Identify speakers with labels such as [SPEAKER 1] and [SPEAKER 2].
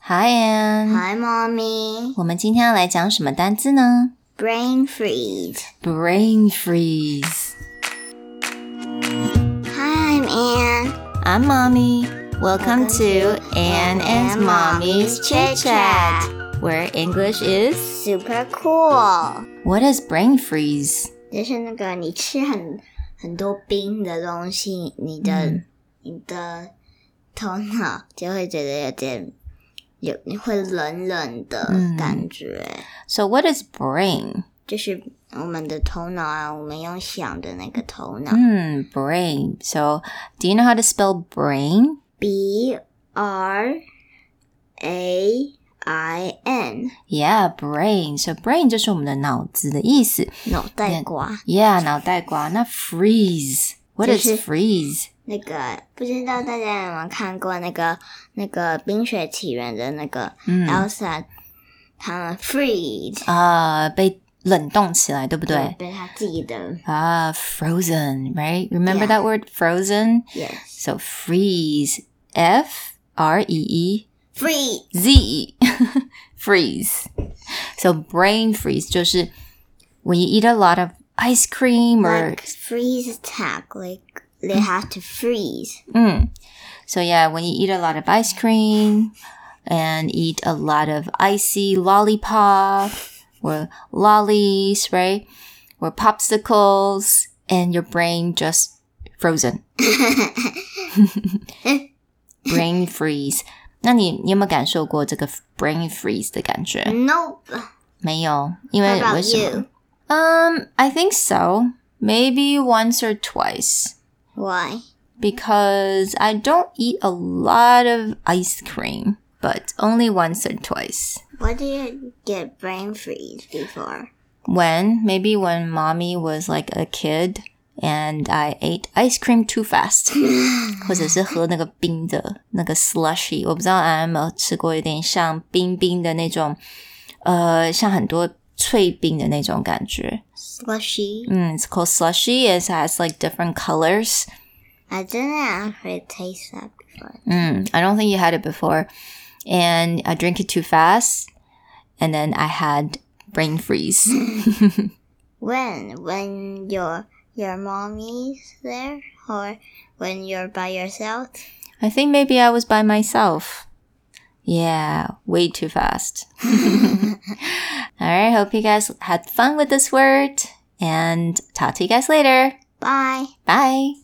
[SPEAKER 1] Hi, Anne。
[SPEAKER 2] Hi, mommy.
[SPEAKER 1] 我们今天要来讲什么单字呢
[SPEAKER 2] Brain freeze.
[SPEAKER 1] ？Brain freeze.
[SPEAKER 2] Hi, I'm Anne.
[SPEAKER 1] I'm mommy. Welcome to Anne and Mommy's Chit Chat, where English is.
[SPEAKER 2] Super cool.
[SPEAKER 1] What is brain freeze?
[SPEAKER 2] 就是那个你吃很很多冰的东西，你的、
[SPEAKER 1] 嗯
[SPEAKER 2] 你的头脑就会觉得有点有你会冷冷的
[SPEAKER 1] 嗯
[SPEAKER 2] 感觉，
[SPEAKER 1] So, what is brain?
[SPEAKER 2] 就是我们的头脑啊，我们用想的那个头脑、
[SPEAKER 1] Hmm, brain. So, do you know how to spell brain?
[SPEAKER 2] b R A I N
[SPEAKER 1] Yeah, brain. So, brain 就是我们的脑子的意思。
[SPEAKER 2] 脑袋瓜。
[SPEAKER 1] Yeah，脑袋瓜。那 freeze。What
[SPEAKER 2] 就
[SPEAKER 1] is
[SPEAKER 2] 是
[SPEAKER 1] freeze？
[SPEAKER 2] 那个不知道大家有没有看过那个那个《冰雪奇缘》的那个
[SPEAKER 1] 嗯
[SPEAKER 2] Elsa，、他们 freeze，
[SPEAKER 1] 啊、被冷冻起来，对不对？
[SPEAKER 2] 被他自己的
[SPEAKER 1] 啊、f r o z e n right? Remember
[SPEAKER 2] Yeah.
[SPEAKER 1] that word frozen?
[SPEAKER 2] yes
[SPEAKER 1] So freeze, F R E E
[SPEAKER 2] free
[SPEAKER 1] Z E, freeze. So brain freeze 就是 when you eat a lot of ice cream or
[SPEAKER 2] like freeze tag like they have to freeze
[SPEAKER 1] 嗯 Mm. So yeah, when you eat a lot of ice cream and eat a lot of icy lollipop or lollies, right? Or popsicles and your brain just frozen. brain freeze. 那你你有没有感受过这个 brain freeze 的感觉？
[SPEAKER 2] nope
[SPEAKER 1] 没有，因为
[SPEAKER 2] How
[SPEAKER 1] 为
[SPEAKER 2] about
[SPEAKER 1] 什么
[SPEAKER 2] you？
[SPEAKER 1] ？Um, I think so. Maybe once or twice.
[SPEAKER 2] why
[SPEAKER 1] because I don't eat a lot of ice cream, but only once or twice.
[SPEAKER 2] what do you get brain freeze before
[SPEAKER 1] When, maybe when mommy was like a kid and I ate ice cream too fast. 或者是喝那个冰的那个 slushy，我不知道大家有没有吃过，有点像冰冰的那种，呃，像很多脆冰的那种感觉。嗯，it's
[SPEAKER 2] slushy
[SPEAKER 1] called slushy. It has like different colors.
[SPEAKER 2] I didn't actually taste that before
[SPEAKER 1] Mm, I don't think you had it before. And I drank it too fast. And then I had brain freeze.
[SPEAKER 2] when when your your mommy's there or when you're by yourself
[SPEAKER 1] I think maybe I was by myself. Yeah, way too fast. All right, hope you guys had fun with this word. And talk to you guys later.
[SPEAKER 2] bye
[SPEAKER 1] Bye.